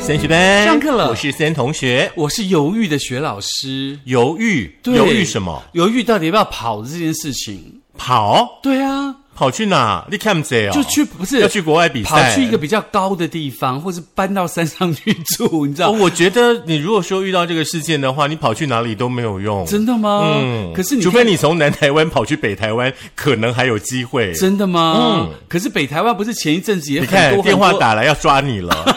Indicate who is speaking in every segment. Speaker 1: 三学班
Speaker 2: 上课了
Speaker 1: 我是森同学。
Speaker 2: 我是犹豫的学老师，
Speaker 1: 犹豫，
Speaker 2: 对
Speaker 1: 犹豫什么？？
Speaker 2: 犹豫到底要不要跑这件事情？
Speaker 1: 跑，
Speaker 2: 对啊，
Speaker 1: 跑去哪？你看谁哦？
Speaker 2: 就去不是
Speaker 1: 要去国外比赛
Speaker 2: 跑去一个比较高的地方，或是搬到山上去住， 你知
Speaker 1: 哦。
Speaker 2: 道？
Speaker 1: 我觉得你如果说遇到这个事件的话，你跑去哪里都没有用。
Speaker 2: 真的吗？
Speaker 1: 嗯，
Speaker 2: 可是你
Speaker 1: 除
Speaker 2: 看
Speaker 1: 非你从南台湾跑去北台湾，可能还有机会。
Speaker 2: 真的吗？可是北台湾不是前一阵子也
Speaker 1: 嗯你
Speaker 2: 很
Speaker 1: 看
Speaker 2: 多
Speaker 1: 电话
Speaker 2: 很多
Speaker 1: 打来要抓你了，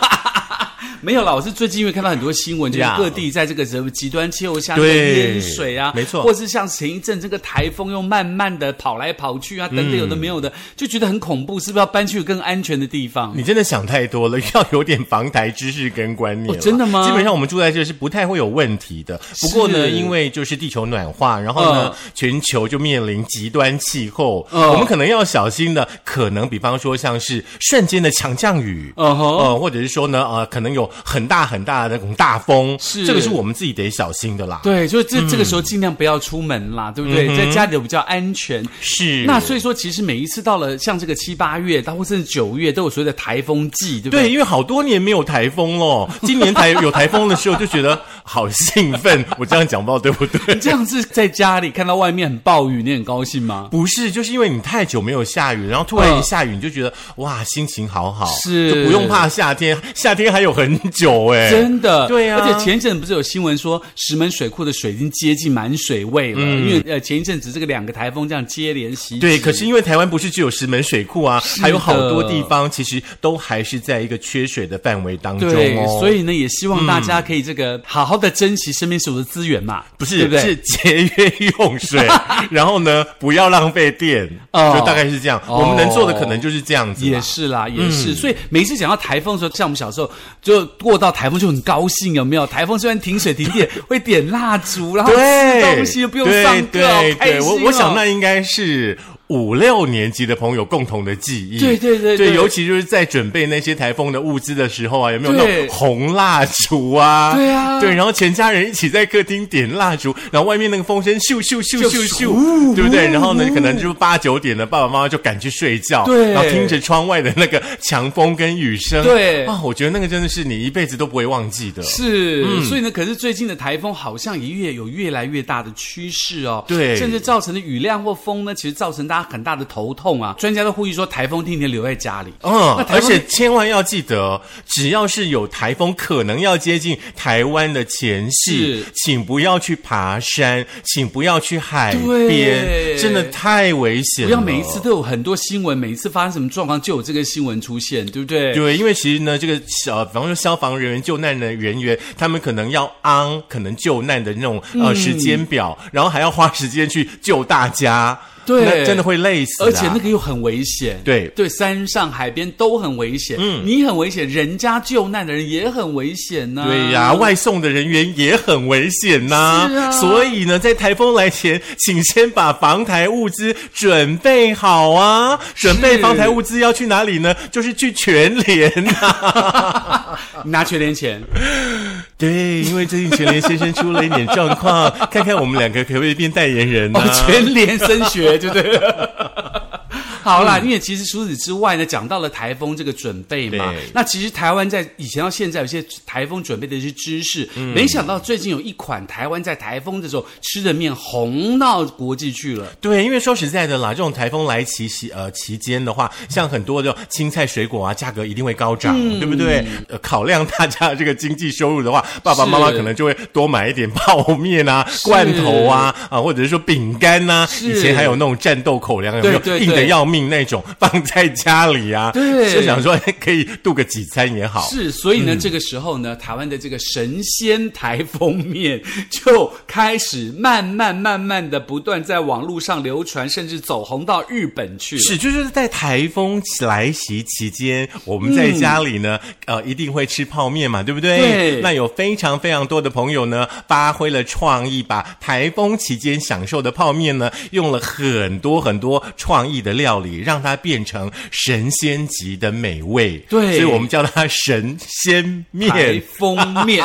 Speaker 2: 没有啦，我是最近因为看到很多新闻，就是
Speaker 1: 呀
Speaker 2: 各地在这个什么极端气候下面
Speaker 1: 对
Speaker 2: 淹水啊，
Speaker 1: 没错
Speaker 2: 或是像前一阵这个台风又慢慢的跑来跑去啊，等
Speaker 1: 嗯
Speaker 2: 等有的没有的，就觉得很恐怖，是不是要搬去更安全的地方？
Speaker 1: 你真的想太多了， 要有点防台知识跟观念了、
Speaker 2: 哦真的吗
Speaker 1: 基本上我们住在这是不太会有问题的。不过呢，
Speaker 2: 是
Speaker 1: 因为就是地球暖化，然后呢，
Speaker 2: 嗯
Speaker 1: 全球就面临极端气候，
Speaker 2: 嗯
Speaker 1: 我们可能要小心的，可能比方说像是瞬间的强降雨。
Speaker 2: 嗯哼
Speaker 1: 呃，或者是说呢，呃，可能有很大很大的那种大风，
Speaker 2: 是
Speaker 1: 这个是我们自己得小心的啦。
Speaker 2: 对，就是这、这个时候尽量不要出门啦，对不对？在家里比较安全。
Speaker 1: 嗯是，
Speaker 2: 那所以说，其实每一次到了像这个七八月，到或甚至九月，都有所谓的台风季，对不
Speaker 1: 对，
Speaker 2: 对？
Speaker 1: 因为好多年没有台风了，今年台有台风的时候就觉得好兴奋。我这样讲不知道对不对？
Speaker 2: 这样是在家里看到外面很暴雨，你很高兴吗？
Speaker 1: 不是，就是因为你太久没有下雨，然后突然一
Speaker 2: 嗯
Speaker 1: 下雨，你就觉得、哇，心情好好，
Speaker 2: 是
Speaker 1: 就不用怕夏天， 夏天还有很久哎、
Speaker 2: 真的，
Speaker 1: 对啊
Speaker 2: 而且前一阵子不是有新闻说石门水库的水已经接近满水位了，因为呃前一阵子这个两个台风这样接连袭
Speaker 1: 嗯
Speaker 2: 击，
Speaker 1: 对，可是因为台湾不是只有石门水库啊，
Speaker 2: 是的
Speaker 1: 还有好多地方其实都还是在一个缺水的范围当中
Speaker 2: 对，
Speaker 1: 哦。嗯
Speaker 2: 所以呢也希望大家可以这个好好的珍惜身边所有的资源嘛，
Speaker 1: 不是
Speaker 2: 对不对？
Speaker 1: 是节约用 水，然后呢不要浪费电，
Speaker 2: 哦
Speaker 1: 就大概是这样。
Speaker 2: 哦
Speaker 1: 我们能做的可能就是这样子啦。嗯
Speaker 2: 也是啦，也是。所以每次讲到台风的时候，像我们小时候就过到台风就很高兴，有没有？台风虽然停水停电，会点蜡烛，然后吃
Speaker 1: 对，
Speaker 2: 东西，又不用上课，
Speaker 1: 对对
Speaker 2: 好开
Speaker 1: 对
Speaker 2: 心、哦。
Speaker 1: 我我想那应该是。五六年级的朋友共同的记忆，
Speaker 2: 对对对对
Speaker 1: 尤其就是在准备那些台风的物资的时候啊，有没有那
Speaker 2: 对
Speaker 1: 种红蜡烛啊？
Speaker 2: 对啊
Speaker 1: 对，然后全家人一起在客厅点蜡烛，然后外面那个风声咻咻咻
Speaker 2: 就
Speaker 1: 咻
Speaker 2: 呼
Speaker 1: 咻，对不对？然后呢，可能就八九点了，爸爸妈妈就赶去睡觉，
Speaker 2: 对
Speaker 1: 然后听着窗外的那个强风跟雨声，
Speaker 2: 对
Speaker 1: 啊，我觉得那个真的是你一辈子都不会忘记的，
Speaker 2: 是，
Speaker 1: 嗯
Speaker 2: 所以呢，可是最近的台风好像也越有越来越大的趋势哦。
Speaker 1: 对
Speaker 2: 甚至造成的雨量或风呢，其实造成大家很大的头痛啊。专家都呼吁说，台风天天留在家里。
Speaker 1: 嗯
Speaker 2: 那，台
Speaker 1: 而
Speaker 2: 风
Speaker 1: 且千万要记得，哦只要是有台风可能要接近台湾的前夕
Speaker 2: 是，
Speaker 1: 请不要去爬山，请不要去海
Speaker 2: 对
Speaker 1: 边，真的太危险
Speaker 2: 不
Speaker 1: 了。
Speaker 2: 要每一次都有很多新闻，每一次发生什么状况就有这个新闻出现，对不对？
Speaker 1: 对，因为其实呢，这个呃，比方说消防人员、救难的人员，他们可能要安可能救难的那种
Speaker 2: 嗯
Speaker 1: 呃时间表，然后还要花时间去救大家，
Speaker 2: 对
Speaker 1: 那真的会累死啊。
Speaker 2: 而且那个又很危险，
Speaker 1: 对
Speaker 2: 对，山上海边都很危险，嗯，你很危险，人家救难的人也很危险呐、
Speaker 1: 对呀、外送的人员也很危险呐、
Speaker 2: 啊是啊
Speaker 1: 所以呢，在台风来前，请先把防台物资准备好啊！准备防台物资要去哪里呢？就是去全联 呐、
Speaker 2: 你拿全 年钱，
Speaker 1: 对，因为最近全联先生出了一点状况，看看我们两个可不可以变代言人呢、
Speaker 2: 哦，全联升学，对不对？ 好
Speaker 1: 嗯
Speaker 2: 啦，因为其实除此之外呢，讲到了台风这个准备嘛
Speaker 1: 对，
Speaker 2: 那其实台湾在以前到现在有些台风准备的一些知识，
Speaker 1: 嗯
Speaker 2: 没想到最近有一款台湾在台风的时候吃的面红到国际去了。
Speaker 1: 对，因为说实在的啦，这种台风来期期呃期间的话，像很多的青菜水果啊，价格一定会高涨，
Speaker 2: 嗯
Speaker 1: 对不对？呃，考量大家的这个经济收入的话，爸爸妈妈
Speaker 2: 是
Speaker 1: 可能就会多买一点泡面啊、罐头啊啊，或者是说饼干呐、
Speaker 2: 是
Speaker 1: 以前还有那种战斗口粮，有没有
Speaker 2: 对对对
Speaker 1: 硬的要命那种，放在家里啊，
Speaker 2: 对
Speaker 1: 就想说哎嘿可以度个几餐也好。嗯
Speaker 2: 是，所以呢，这个时候呢，台湾的这个神仙台风面就开始慢慢慢慢的不断在网络上流传，甚至走红到日本去了。
Speaker 1: 是，就是在台风来袭期间，我们在家里呢，呃，一定会吃泡面嘛，对不对？
Speaker 2: 嗯对
Speaker 1: 那有非常非常多的朋友呢，发挥了创意，把台风期间享受的泡面呢，用了很多很多创意的料理，让它变成神仙级的美味。
Speaker 2: 对哎
Speaker 1: 所以我们叫它神仙
Speaker 2: 台
Speaker 1: 面。
Speaker 2: 风 面，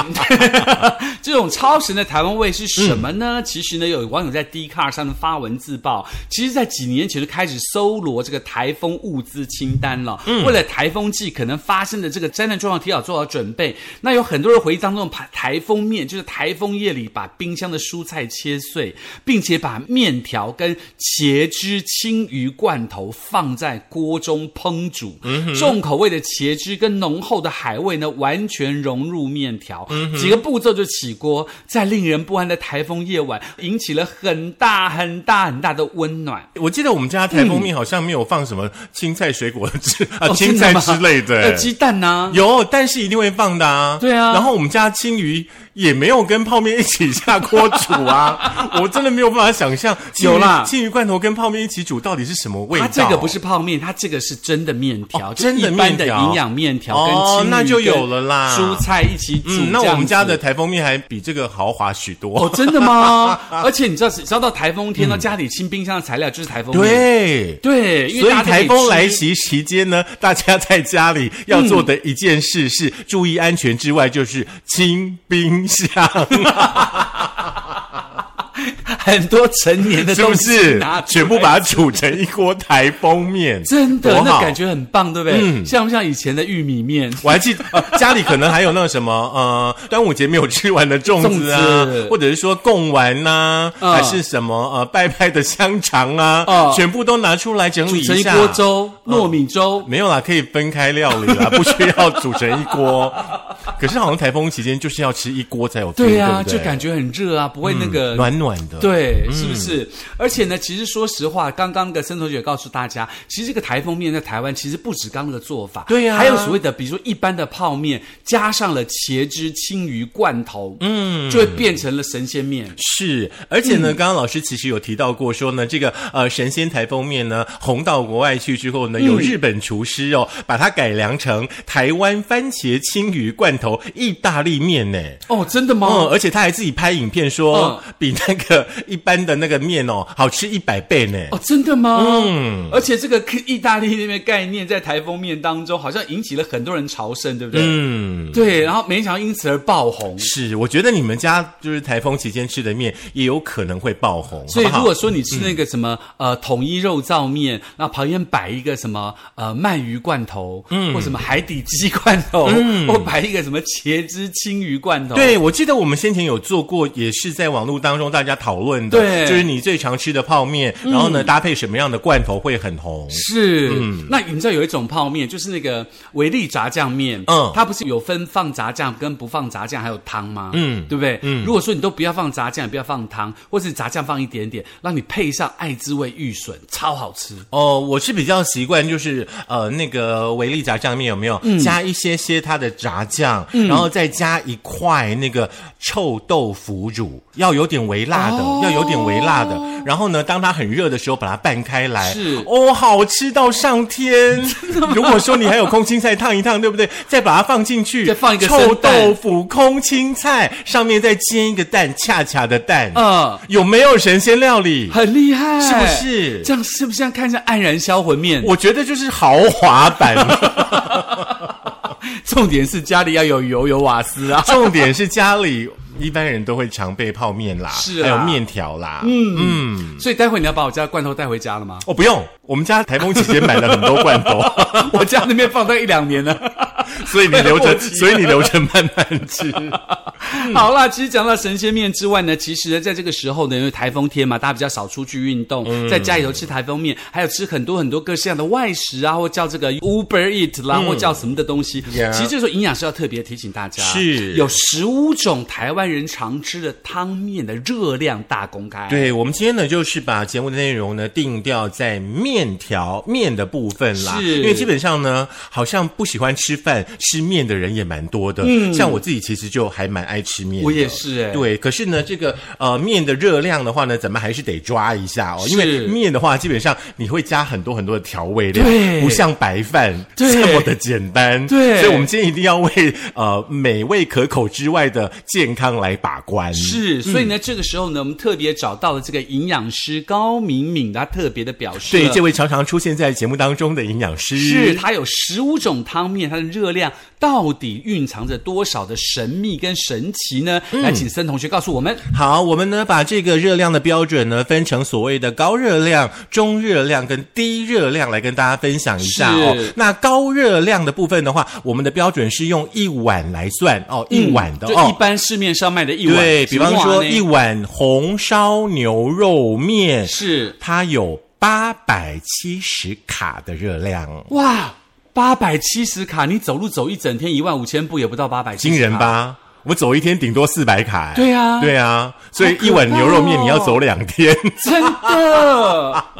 Speaker 2: 这种超神的台湾味是什么
Speaker 1: 嗯
Speaker 2: 呢？其实呢，有网友在 d c a r 上面发文自曝，其实，在几年前就开始搜罗这个台风物资清单了。
Speaker 1: 嗯
Speaker 2: 为了台风季可能发生的这个灾难状况，提早做好准备。那有很多人回忆当中，台台风面就是台风夜里把冰箱的蔬菜切碎，并且把面条跟茄汁青鱼罐头放在锅中烹煮，
Speaker 1: 嗯
Speaker 2: 重口味的茄汁跟浓厚的海味呢，完全融入面条。
Speaker 1: 嗯
Speaker 2: 几个步骤就起锅，在令人不安的台风夜晚，引起了很大很大很大的温暖。
Speaker 1: 我记得我们家台风面好像没有放什么青菜、水果之啊、
Speaker 2: 哦
Speaker 1: 青菜之类
Speaker 2: 真吗呃
Speaker 1: 的。
Speaker 2: 鸡蛋呐、
Speaker 1: 有，但是一定会放的啊。
Speaker 2: 对啊
Speaker 1: 然后我们家青鱼也没有跟泡面一起下锅煮 啊，我真的没有办法想象青鱼
Speaker 2: 有啦
Speaker 1: 青鱼罐头跟泡面一起煮到底是什么味道。
Speaker 2: 它这个不是泡面，它这个是真的面条，
Speaker 1: 哦
Speaker 2: 就
Speaker 1: 真的
Speaker 2: 一般的
Speaker 1: 面条
Speaker 2: 营养面条跟
Speaker 1: 哦
Speaker 2: 青鱼
Speaker 1: 那就有
Speaker 2: 跟
Speaker 1: 了啦
Speaker 2: 蔬菜一起煮。
Speaker 1: 嗯，那
Speaker 2: 这样
Speaker 1: 我们家
Speaker 2: 子
Speaker 1: 的台风面还比这个豪华许多。
Speaker 2: 哦，真 的吗？而且你知道，只要到台风天呢，家里清冰箱的材料就是台风面。
Speaker 1: 嗯对。
Speaker 2: 对，因
Speaker 1: 嗯所
Speaker 2: 为
Speaker 1: 以
Speaker 2: 大家可
Speaker 1: 台
Speaker 2: 以
Speaker 1: 风来
Speaker 2: 吃
Speaker 1: 袭期间呢，大家在家里要做的一件事
Speaker 2: 嗯
Speaker 1: 是注意安全之外，就是清冰箱，
Speaker 2: 很多成年的
Speaker 1: 是不
Speaker 2: 东西
Speaker 1: 是
Speaker 2: 拿？出来
Speaker 1: 全部把它煮成一锅台风面，
Speaker 2: 真的
Speaker 1: 多
Speaker 2: 那
Speaker 1: 好嗯
Speaker 2: 感觉很棒，对不对？像不像以前的玉米面？
Speaker 1: 我还记得、呃家里可能还有那个什么呃，端午节没有吃完的粽子啊，
Speaker 2: 粽子
Speaker 1: 或者是说贡丸呐、
Speaker 2: 嗯
Speaker 1: 还是什么呃拜拜的香肠啊，
Speaker 2: 嗯
Speaker 1: 全部都拿出来整理
Speaker 2: 煮
Speaker 1: 一
Speaker 2: 成一
Speaker 1: 下。嗯
Speaker 2: 锅粥、糯米粥，
Speaker 1: 没有啦，可以分开料理啦，不需要煮成一锅。可是好像台风期间就是要吃一锅 才有 feel，
Speaker 2: 对呀，
Speaker 1: 对不对嗯
Speaker 2: 就感觉很热啊，不会那个
Speaker 1: 暖暖的。，
Speaker 2: 对，是不是？而且呢，其实说实话，刚刚那个森同学告诉大家，其实这个台风面在台湾其实不止刚那个做法，
Speaker 1: 对呀
Speaker 2: 还有所谓的，比如说一般的泡面加上了茄汁青鱼罐头，嗯，就会变成了神仙面。
Speaker 1: 是。而且
Speaker 2: 嗯
Speaker 1: 呢，刚刚老师其实有提到过说呢，这个呃神仙台风面呢红到国外去之
Speaker 2: 嗯
Speaker 1: 后呢，有日本厨师哦、把它改良成台湾番茄青鱼罐头意大利面呢。
Speaker 2: 哦，真的吗？
Speaker 1: 嗯，而且他还自己拍影片说，比那个一般的那个面哦好吃一百倍呢。
Speaker 2: 哦，真的吗？嗯，而且这个意大利那边概念在台风面当中，好像引起了很多人朝圣，对不对？嗯，对，然后没想到因此而爆红。
Speaker 1: 是，我觉得你们家就是台风期间吃的面也有可能会爆红，
Speaker 2: 所以，
Speaker 1: 好不嗯好
Speaker 2: 如果说你吃那个什么、呃统一肉燥面，那旁边摆一个什么呃鳗鱼罐头，嗯，或什么海底鸡罐头，嗯，或摆一个什么茄汁青鱼罐头，，
Speaker 1: 对，我记得我们先前有做过，也是在网络当中大家讨论的，
Speaker 2: 对
Speaker 1: 就是你最常吃的泡面，然后呢搭配什么样的罐头会很红。
Speaker 2: 是。
Speaker 1: 嗯
Speaker 2: 那你知道有一种泡面，就是那个维力炸酱面，
Speaker 1: 嗯
Speaker 2: 它不是有分放炸酱跟不放炸酱，还有汤吗？嗯，对不对？嗯，如果说你都不要放炸酱，也不要放汤，或是炸酱放一点点，让你配上爱滋味玉笋，超好吃。
Speaker 1: 哦，我是比较习惯，就是呃，那个维力炸酱面有没有、
Speaker 2: 嗯
Speaker 1: 加一些些它的炸酱，然后再加一块那个臭豆腐乳，要有点微辣的，
Speaker 2: 哦
Speaker 1: 要有点微辣的。然后呢，当它很热的时候，把它拌开来，
Speaker 2: 是
Speaker 1: 哦，好吃到上 天。如果说你还有空青菜烫一烫，对不对？再把它放进去，
Speaker 2: 再放一个
Speaker 1: 臭
Speaker 2: 生蛋
Speaker 1: 豆腐空青菜，上面再煎一个蛋，恰恰的蛋，
Speaker 2: 嗯
Speaker 1: 有没有神仙料理？
Speaker 2: 很厉害，
Speaker 1: 是不是
Speaker 2: 这样是不是像看着黯然销魂面？
Speaker 1: 我觉得就是豪华版。
Speaker 2: 重点是家里要有油有瓦斯 啊。
Speaker 1: 重点是家里一般人都会常备泡面啦，
Speaker 2: 是啊
Speaker 1: 还有面条啦。嗯，
Speaker 2: 所以待会你要把我家的罐头带回家了吗？
Speaker 1: 哦，不用，我们家台风期间买了很多罐头，
Speaker 2: 我家那边放待一两年了。
Speaker 1: 所以你留
Speaker 2: 过
Speaker 1: 着，
Speaker 2: 期了
Speaker 1: 所以你留着慢慢 吃。
Speaker 2: 好啦，其实讲到神仙面之外呢，其实呢，在这个时候呢，因为台风天嘛，大家比较少出去运动，
Speaker 1: 嗯
Speaker 2: 在家里头吃台风面，还有吃很多很多各式各样的外食啊，或叫这个 Uber Eat 啦，或叫什么的东西。
Speaker 1: 嗯 Yeah
Speaker 2: 其实这时候营养师要特别提醒大家，
Speaker 1: 是
Speaker 2: 有十五种台湾人常吃的汤面的热量大公开。。
Speaker 1: 对，我们今天呢，就是把节目的内容呢定调在面条面的部分啦，
Speaker 2: 是
Speaker 1: 因为基本上呢，好像不喜欢吃饭吃面的人也蛮多的。嗯，像我自己其实就还蛮爱爱吃面的，
Speaker 2: 我也是哎
Speaker 1: 对，可是呢，这个呃面的热量的话呢，咱们还是得抓一下哦，因为
Speaker 2: 是
Speaker 1: 面的话，基本上你会加很多很多的调味料，
Speaker 2: 对
Speaker 1: 不像白饭
Speaker 2: 对
Speaker 1: 这么的简单，
Speaker 2: 对
Speaker 1: 所以我们今天一定要为呃美味可口之外的健康来把关，
Speaker 2: 是，所以
Speaker 1: 嗯
Speaker 2: 呢，这个时候呢，我们特别找到了这个营养师高敏敏，她特别的表示了，
Speaker 1: 对这位常常出现在节目当中的营养师
Speaker 2: 是它有十五种汤面，它的热量到底蕴藏着多少的神秘跟神奇呢？
Speaker 1: 嗯
Speaker 2: 来，请森同学告诉我们。
Speaker 1: 好，我们呢把这个热量的标准呢分成所谓的高热量、中热量跟低热量来跟大家分享一下哦
Speaker 2: 是。
Speaker 1: 那高热量的部分的话，我们的标准是用一碗来算哦，一碗的
Speaker 2: 就
Speaker 1: 哦。
Speaker 2: 嗯一般市面上卖的一碗，啊
Speaker 1: 对比方说一
Speaker 2: 碗
Speaker 1: 碗红烧牛肉面，
Speaker 2: 是
Speaker 1: 它有八百七十卡的热量。
Speaker 2: 哇，八百七十卡，你走路走一整天一万五千步也不到八百，
Speaker 1: 惊人？吧？我走一天顶多四百卡、哎
Speaker 2: 对啊
Speaker 1: 对啊，所以
Speaker 2: 好可
Speaker 1: 一碗牛肉面
Speaker 2: 怕哦
Speaker 1: 你要走两天。
Speaker 2: 真的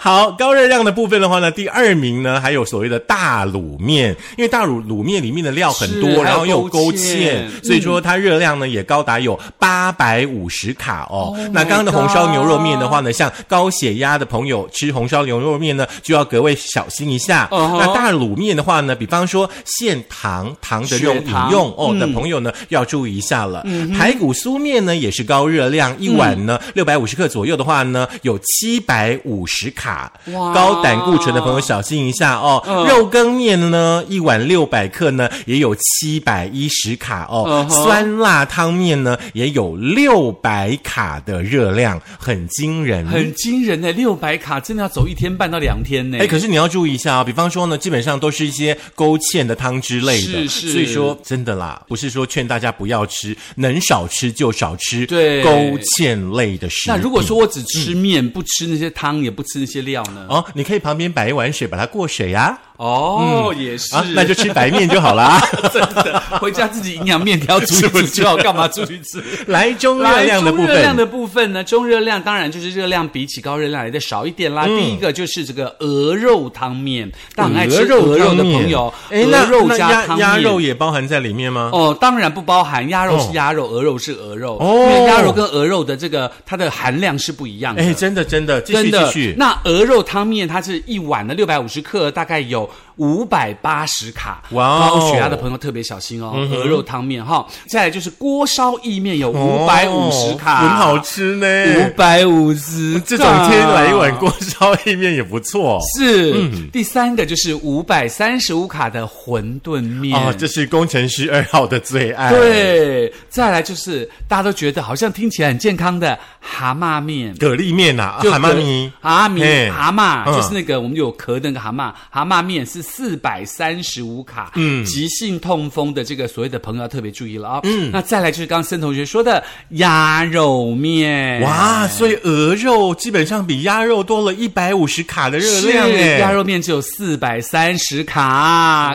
Speaker 1: 好，高热量的部分的话呢，第二名呢还有所谓的大卤面，因为大卤卤面里面的料很
Speaker 2: 是
Speaker 1: 多，然后又
Speaker 2: 还有
Speaker 1: 有勾
Speaker 2: 勾芡嗯
Speaker 1: 芡，所以说它热量呢也高达有八百五十卡哦。那刚刚的
Speaker 2: Oh my
Speaker 1: 红烧牛肉面的话呢，像高血压的朋友吃红烧牛肉面呢，就要格外小心一下。
Speaker 2: 嗯哼
Speaker 1: 那大卤面的话呢，比方说限糖糖的这种
Speaker 2: 血
Speaker 1: 饮
Speaker 2: 糖
Speaker 1: 用哦的朋友呢，要注意一下了。
Speaker 2: 嗯
Speaker 1: 排骨酥面呢也是高热量，一碗呢六百五十克左右的话呢，有七百五十卡。
Speaker 2: 哇
Speaker 1: 高胆固醇的朋友小心一下哦。
Speaker 2: 嗯
Speaker 1: 肉羹面呢，一碗六百克呢也有七百一十卡哦。
Speaker 2: 嗯哼
Speaker 1: 酸辣汤面呢也有六百卡的热量，很惊人。
Speaker 2: 很惊人呢，六百卡真的要走一天半到两天呢。
Speaker 1: 哎，可是你要注意一下啊、比方说呢，基本上都是一些勾芡的汤之类的，
Speaker 2: 是是
Speaker 1: 所以说真的啦，不是说劝大家不要吃，能少吃就少吃，
Speaker 2: 对
Speaker 1: 勾芡类的食品。
Speaker 2: 那如果说我只吃面，不吃那些汤，也不吃那些料呢？
Speaker 1: 哦，你可以旁边摆一碗水，把它过水啊，
Speaker 2: 哦，也是
Speaker 1: 啊，那就吃白面就好 啦。
Speaker 2: 真的，回家自己营养 面条煮一煮就好，干嘛出去吃？
Speaker 1: 来中 热量的部
Speaker 2: 来中热量
Speaker 1: 分。
Speaker 2: 的部分呢，中热量当然就是热量比起高热量来的少一点啦。
Speaker 1: 嗯
Speaker 2: 第一个就是这个鹅肉汤面，大家很爱吃鹅肉
Speaker 1: 汤
Speaker 2: 的
Speaker 1: 面
Speaker 2: 朋友，
Speaker 1: 哎，那
Speaker 2: 鹅肉
Speaker 1: 那
Speaker 2: 加
Speaker 1: 鸭
Speaker 2: 汤
Speaker 1: 鸭
Speaker 2: 面。
Speaker 1: 肉也包含在里面吗？
Speaker 2: 哦，当然不包含鸭肉
Speaker 1: 哦
Speaker 2: 是鸭肉，鹅肉是鹅肉，
Speaker 1: 哦
Speaker 2: 因为鸭肉跟鹅肉的这个它的含量是不一样的。
Speaker 1: 哎，真的真的，继
Speaker 2: 真
Speaker 1: 续继
Speaker 2: 的
Speaker 1: 续。
Speaker 2: 那鹅肉汤面它是一碗的六百五十克，大概有五百八十卡。
Speaker 1: 哇哦嗯
Speaker 2: 高血压的朋友特别小心哦，鹅肉汤面哈。再来就是锅烧意面有五百五十卡，
Speaker 1: 哦很好吃呢。
Speaker 2: 五百五十，
Speaker 1: 这种天来一碗。嗯锅烧意面也不错。
Speaker 2: 是，第三个就是五百三十五卡的馄饨面
Speaker 1: 哦，这是工程师二号的最爱。，
Speaker 2: 啊对，再来就是大家都觉得好像听起来很健康的蛤蟆面，
Speaker 1: 蛤蜊面呐、啊，蛤蟆米。
Speaker 2: 蛤蟆
Speaker 1: 嘿
Speaker 2: 啊蛤蟆
Speaker 1: 嗯
Speaker 2: 就是那个我们有壳的那个蛤蟆，蛤蟆面是四百三十五卡。嗯，急性痛风的这个所谓的朋友要特别注意了啊、嗯，那再来就是刚刚森同学说的鸭肉面，
Speaker 1: 哇，所以鹅肉基本上比鸭肉多了一百五十卡的热量
Speaker 2: 是
Speaker 1: 诶。
Speaker 2: 鸭肉面只有四百三十卡，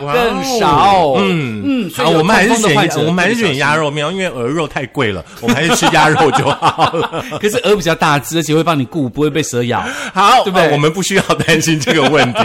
Speaker 1: 哇哦
Speaker 2: 更少。
Speaker 1: 嗯
Speaker 2: 嗯，
Speaker 1: 嗯，
Speaker 2: 所
Speaker 1: 好，
Speaker 2: 以有
Speaker 1: 我们还是
Speaker 2: 痛
Speaker 1: 选
Speaker 2: 风的患
Speaker 1: 鸭
Speaker 2: 者
Speaker 1: 我们还是
Speaker 2: 特别
Speaker 1: 选
Speaker 2: 小
Speaker 1: 鸭肉面，因为鹅肉太贵了，我们还是吃鸭肉就好 了。
Speaker 2: 心。可是鹅比较大只，而且会帮你顾，不会被蛇咬。
Speaker 1: 好，
Speaker 2: 对不对
Speaker 1: 呃我们不需要担心这个 问题。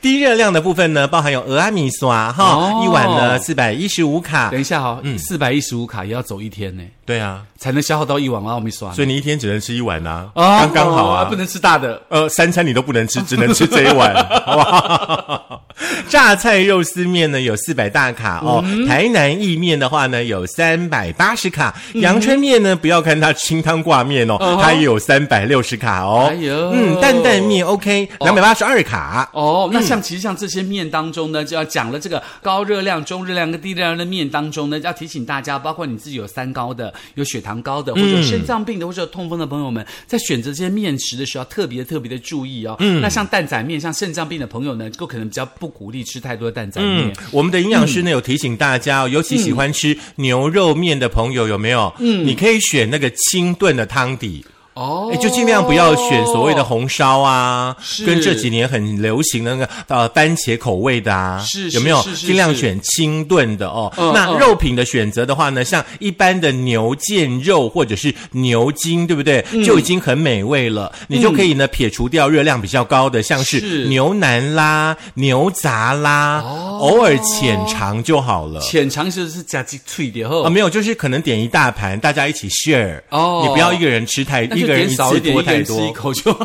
Speaker 1: 低热量的部分呢，包含有鹅阿米刷哈，
Speaker 2: 哦
Speaker 1: 一碗呢四百一十五卡
Speaker 2: 等。一下哈、
Speaker 1: 嗯
Speaker 2: 哦，四百一十五卡也要走一天呢，
Speaker 1: 对啊，
Speaker 2: 才能消耗到一碗奥米酸。
Speaker 1: 所以你一天只能吃一碗呐、
Speaker 2: 哦
Speaker 1: 刚刚好啊，
Speaker 2: 不能吃大的。
Speaker 1: 呃，三餐你都不能吃，只能吃这一 碗，好不好？ 榨菜肉丝面呢有四百大卡哦，
Speaker 2: 嗯
Speaker 1: 台南意面的话呢有三百八十卡，
Speaker 2: 嗯
Speaker 1: 阳春面呢不要看它清汤挂面哦，
Speaker 2: 哦
Speaker 1: 它也有三百六十卡哦。
Speaker 2: 哎呦
Speaker 1: 嗯，担担面嗯 OK，两百八十二卡。
Speaker 2: 哦，那像其实像这些面当中呢，就要讲了这个高热量、中热量跟低热量的面当中呢，要提醒大家，包括你自己有三高的、有血糖高的，或者
Speaker 1: 嗯
Speaker 2: 有肾脏病的，或者有痛风的朋友们，在选择这些面食的时候，要特别特别的注意哦。嗯，那像蛋仔面，像肾脏病的朋友呢，就可能比较不鼓励吃太多的蛋仔面。
Speaker 1: 嗯，我们的营养师呢有提醒大
Speaker 2: 嗯
Speaker 1: 家哦，尤其喜欢吃牛肉面的朋友有没有？嗯，你可以选那个清炖的汤底。
Speaker 2: 哦
Speaker 1: 哎，就尽量不要选所谓的红烧啊，
Speaker 2: 是
Speaker 1: 跟这几年很流行的那个呃番茄口味的啊，
Speaker 2: 是是
Speaker 1: 有没有？
Speaker 2: 是是是
Speaker 1: 尽量选清炖的哦。
Speaker 2: 嗯
Speaker 1: 那
Speaker 2: 嗯
Speaker 1: 肉品的选择的话呢，像一般的牛腱肉或者是牛筋，对不对？
Speaker 2: 嗯
Speaker 1: 就已经很美味了，你就可以呢撇除掉热量比较高的，像是
Speaker 2: 是
Speaker 1: 牛腩啦、牛杂啦，
Speaker 2: 哦
Speaker 1: 偶尔浅尝就好了。
Speaker 2: 浅尝就是夹鸡脆的
Speaker 1: 啊，
Speaker 2: 哦，
Speaker 1: 没有，就是可能点一大盘，大家一起 share。
Speaker 2: 哦
Speaker 1: 你不要一个人吃太，
Speaker 2: 那就
Speaker 1: 一个人
Speaker 2: 点
Speaker 1: 一
Speaker 2: 少
Speaker 1: 次
Speaker 2: 一点，
Speaker 1: 多
Speaker 2: 一个
Speaker 1: 太
Speaker 2: 人吃
Speaker 1: 多
Speaker 2: 一。口就。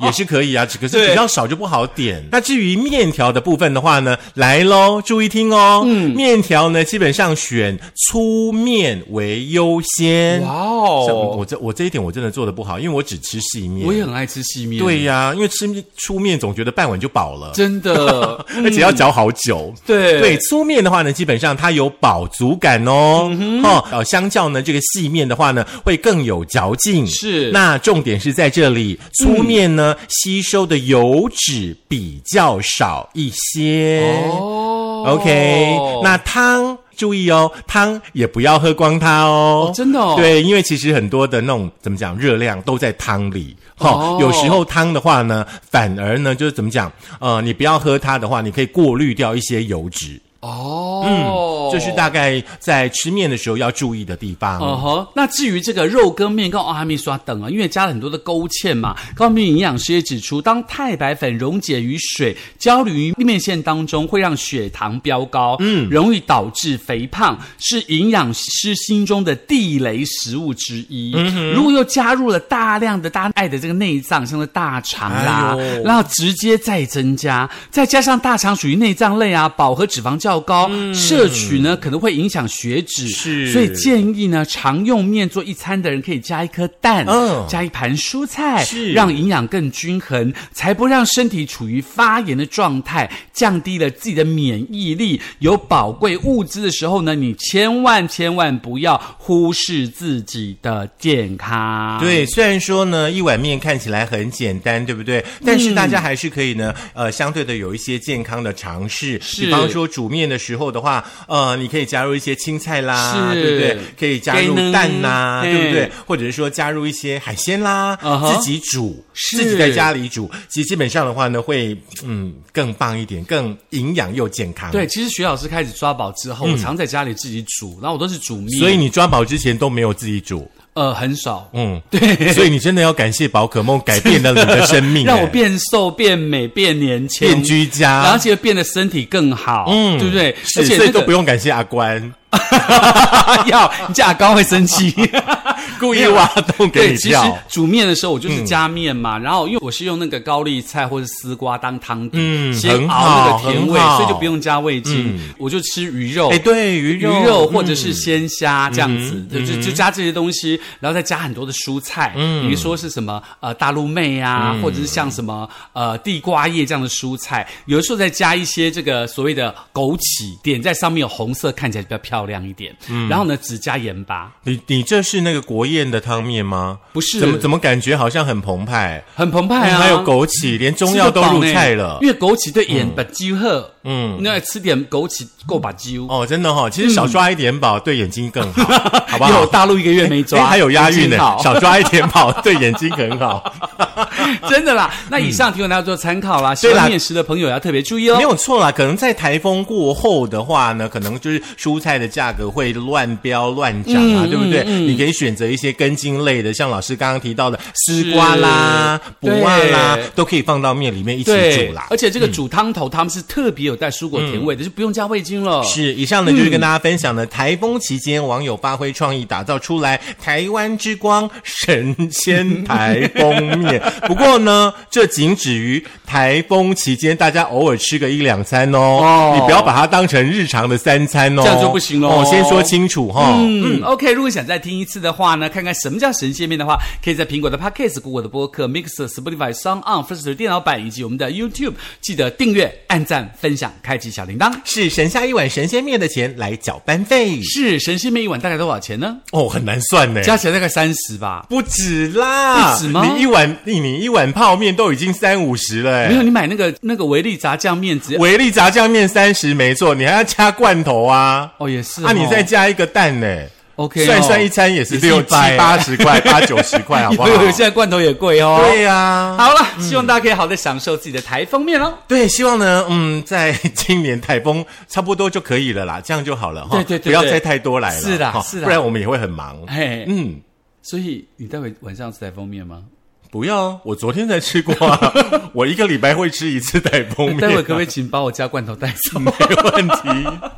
Speaker 1: 也是可以啊，只可是
Speaker 2: 对
Speaker 1: 比较少就不好点。那至于面条的部分的话呢，来喽，注意听哦。嗯，面条呢，基本上选粗面为优先。
Speaker 2: 哇哦
Speaker 1: 像我这我这一点我真的做的不好，因为我只吃细面。
Speaker 2: 我也很爱吃细面，
Speaker 1: 对呀、因为吃面粗面总觉得半碗就饱了。，
Speaker 2: 真的
Speaker 1: 而且要嚼好久。
Speaker 2: 对
Speaker 1: 对，粗面的话呢，基本上它有饱足感哦。
Speaker 2: 嗯
Speaker 1: 哦，呃，相较呢这个细面的话呢，会更有嚼劲。
Speaker 2: 是嗯
Speaker 1: 那重点是在这里，粗面呢、吸收的油脂比较少一些。
Speaker 2: 哦
Speaker 1: OK，那汤。注意哦，汤也不要喝光它哦。
Speaker 2: 哦真的哦
Speaker 1: 对，因为其实很多的那种怎么讲，热量都在汤里。
Speaker 2: 哦
Speaker 1: 哦，有时候汤的话呢，反而呢就是怎么讲，呃，你不要喝它的话，你可以过滤掉一些油脂。
Speaker 2: 哦，
Speaker 1: 嗯这是大概在吃面的时候要注意的地方。
Speaker 2: 哦吼，那至于这个肉羹面跟奥哈密刷等啊，因为加了很多的勾芡嘛，高明营养师也指出，当太白粉溶解于水焦虑于面线当中，会让血糖飙高，嗯，容易导致肥胖，是营养师心中的地雷食物之一。
Speaker 1: 嗯
Speaker 2: 如果又加入了大量的大爱的这个内脏，像是大肠啦
Speaker 1: 哎呦，
Speaker 2: 然后直接再增加，再加上大肠属于内脏类啊，饱和脂肪较高，摄取呢可能会影响血脂，
Speaker 1: 嗯是
Speaker 2: 所以建。建议呢，常用面做一餐的人可以加一颗蛋，
Speaker 1: 嗯
Speaker 2: 加一盘蔬菜，
Speaker 1: 是
Speaker 2: 让营养更均衡，才不让身体处于发炎的状态，降低了自己的免疫力。有宝贵物资的时候呢，你千万千万不要忽视自己的健康。。
Speaker 1: 对，虽然说呢，一碗面看起来很简单，对不对？
Speaker 2: 嗯
Speaker 1: 但是大家还是可以呢，呃，相对的有一些健康的尝试，
Speaker 2: 是
Speaker 1: 比方说煮面的时候的话，呃，你可以加入一些青菜啦，
Speaker 2: 是
Speaker 1: 对不对？可以加入
Speaker 2: 给呢
Speaker 1: 蛋呐，
Speaker 2: 嘿
Speaker 1: 对不对？或者是说加入一些海鲜啦
Speaker 2: 嗯哼
Speaker 1: 自己煮，
Speaker 2: 是
Speaker 1: 自己在家里煮，其实基本上的话呢，会嗯更棒一点，更营养又健康。
Speaker 2: 对，。其实徐老师开始抓宝之
Speaker 1: 嗯
Speaker 2: 后，我常在家里自己煮，然后我都是煮面，
Speaker 1: 所以你抓宝之前都没有自己煮，
Speaker 2: 呃很少，
Speaker 1: 嗯，对，所以你真的要感谢宝可梦改变了你的生命，
Speaker 2: 让我
Speaker 1: 哎
Speaker 2: 变瘦、变美、变年轻、
Speaker 1: 变居家，
Speaker 2: 然后且变得身体更好，嗯，对不对？
Speaker 1: 是
Speaker 2: 而且
Speaker 1: 所
Speaker 2: 那
Speaker 1: 以
Speaker 2: 个
Speaker 1: 都不用感谢阿关，
Speaker 2: 要，你这阿刚会生 气。
Speaker 1: 故意挖洞给
Speaker 2: 啊对，
Speaker 1: 你
Speaker 2: 其实
Speaker 1: 跳。哦
Speaker 2: 煮面的时候我就是加面嘛，然后因为我是用那个高丽菜或者丝瓜当汤底，
Speaker 1: 嗯
Speaker 2: 先
Speaker 1: 很
Speaker 2: 熬那
Speaker 1: 好
Speaker 2: 个甜
Speaker 1: 很
Speaker 2: 味，
Speaker 1: 好
Speaker 2: 所以就不用加味精，我就吃鱼肉。
Speaker 1: 哎，对，鱼
Speaker 2: 鱼
Speaker 1: 肉，嗯
Speaker 2: 肉嗯或者是鲜虾这样子，就就就加这些东西，然后再加很多的蔬菜，
Speaker 1: 嗯
Speaker 2: 比如说是什么呃大陆妹啊，或者是像什么呃地瓜叶这样的蔬菜，有的时候再加一些这个所谓的枸杞，点在上面有红色，看起来比较漂亮一点。
Speaker 1: 嗯
Speaker 2: 然后呢，只加盐巴，
Speaker 1: 你你这是那个国宴的汤面吗？
Speaker 2: 不是
Speaker 1: 怎么怎么感觉好像很澎湃？
Speaker 2: 很澎湃
Speaker 1: 哎
Speaker 2: 啊，
Speaker 1: 还有枸杞，连中药都入菜了
Speaker 2: 因。为枸杞对眼把鸡喝，嗯
Speaker 1: 嗯，
Speaker 2: 那吃点枸杞够把鸡，
Speaker 1: 哦，真的哈，其实少抓一点饱对眼睛 更好，好不好？
Speaker 2: 嗯有大陆一个月没抓，
Speaker 1: 哎还有押韵
Speaker 2: 很
Speaker 1: 呢
Speaker 2: 好，
Speaker 1: 少抓一点饱对眼睛很好。
Speaker 2: 真的啦。那以上提供大家做参考啦，喜
Speaker 1: 嗯对啦
Speaker 2: 欢面食的朋友要特别注意哦
Speaker 1: 没。有错啦，可能在台风过后的话呢，可能就是蔬菜的价格会乱飙乱涨啊，
Speaker 2: 嗯
Speaker 1: 对不对？你可以选择一些根茎类的，像老师刚刚提到的丝瓜啦、
Speaker 2: 是
Speaker 1: 卜啊啦
Speaker 2: 嗯对，
Speaker 1: 都可以放到面里面一起
Speaker 2: 对
Speaker 1: 煮啦，嗯
Speaker 2: 而。且这个煮汤头他们是特别有带蔬果甜味的，就不用加味精了。
Speaker 1: 是，以上呢就是跟大家分享的台风期间网友发挥创意打造出来台湾之光神仙台风 面。不过呢，这仅止于台风期间，大家偶尔吃个一两餐哦，
Speaker 2: 哦
Speaker 1: 你不要把它当成日常的三餐哦，
Speaker 2: 这样就不行咯
Speaker 1: 哦，先说清楚哈、
Speaker 2: 嗯，OK，如果想再听一次的话呢，看看什么叫神仙面的话，可以在苹果的 Podcast、Google 的播客、Mixer、Spotify、Sound On、First 电脑版以及我们的 YouTube，记得订阅、按赞、分享、开启小铃铛。
Speaker 1: 是省下一碗神仙面的钱来缴班费
Speaker 2: 是神仙面一碗大概多少钱呢？
Speaker 1: 哦，很难算呢。
Speaker 2: 加起来大概三十吧。
Speaker 1: 不止啦，
Speaker 2: 不止吗
Speaker 1: 你一碗你你一碗泡面都已经三五十了，哎
Speaker 2: 没有，你买那个那个维力炸酱面只要
Speaker 1: 维力炸酱面三十没错，你还要加罐头啊，
Speaker 2: 哦也是
Speaker 1: 啊，你
Speaker 2: 哦
Speaker 1: 再加一个蛋呢、
Speaker 2: OK
Speaker 1: 算一
Speaker 2: 哦
Speaker 1: 算一餐也是
Speaker 2: 也是
Speaker 1: 六
Speaker 2: 一
Speaker 1: 七
Speaker 2: 百
Speaker 1: 八十 块，八九十块，好不好？
Speaker 2: 有有有现在罐头也贵哦。
Speaker 1: 对呀、啊。
Speaker 2: 好了，希望大家可以好好的享受自己的台风面哦喽。
Speaker 1: 对，希望呢，嗯，在今年台风差不多就可以了啦，这样就好了哈。
Speaker 2: 对对
Speaker 1: 不
Speaker 2: 对
Speaker 1: 要
Speaker 2: 对
Speaker 1: 再太多来了，
Speaker 2: 是啦
Speaker 1: 哈
Speaker 2: 是啦
Speaker 1: 不然我们也会很忙。
Speaker 2: 嘿，
Speaker 1: 嗯，
Speaker 2: 所以你待会晚上要吃台风面吗？
Speaker 1: 不要，我昨天才吃过 啊，我一个礼拜会吃一次台风面、
Speaker 2: 哎待会可不可以请把我家罐头带走？
Speaker 1: 没问题。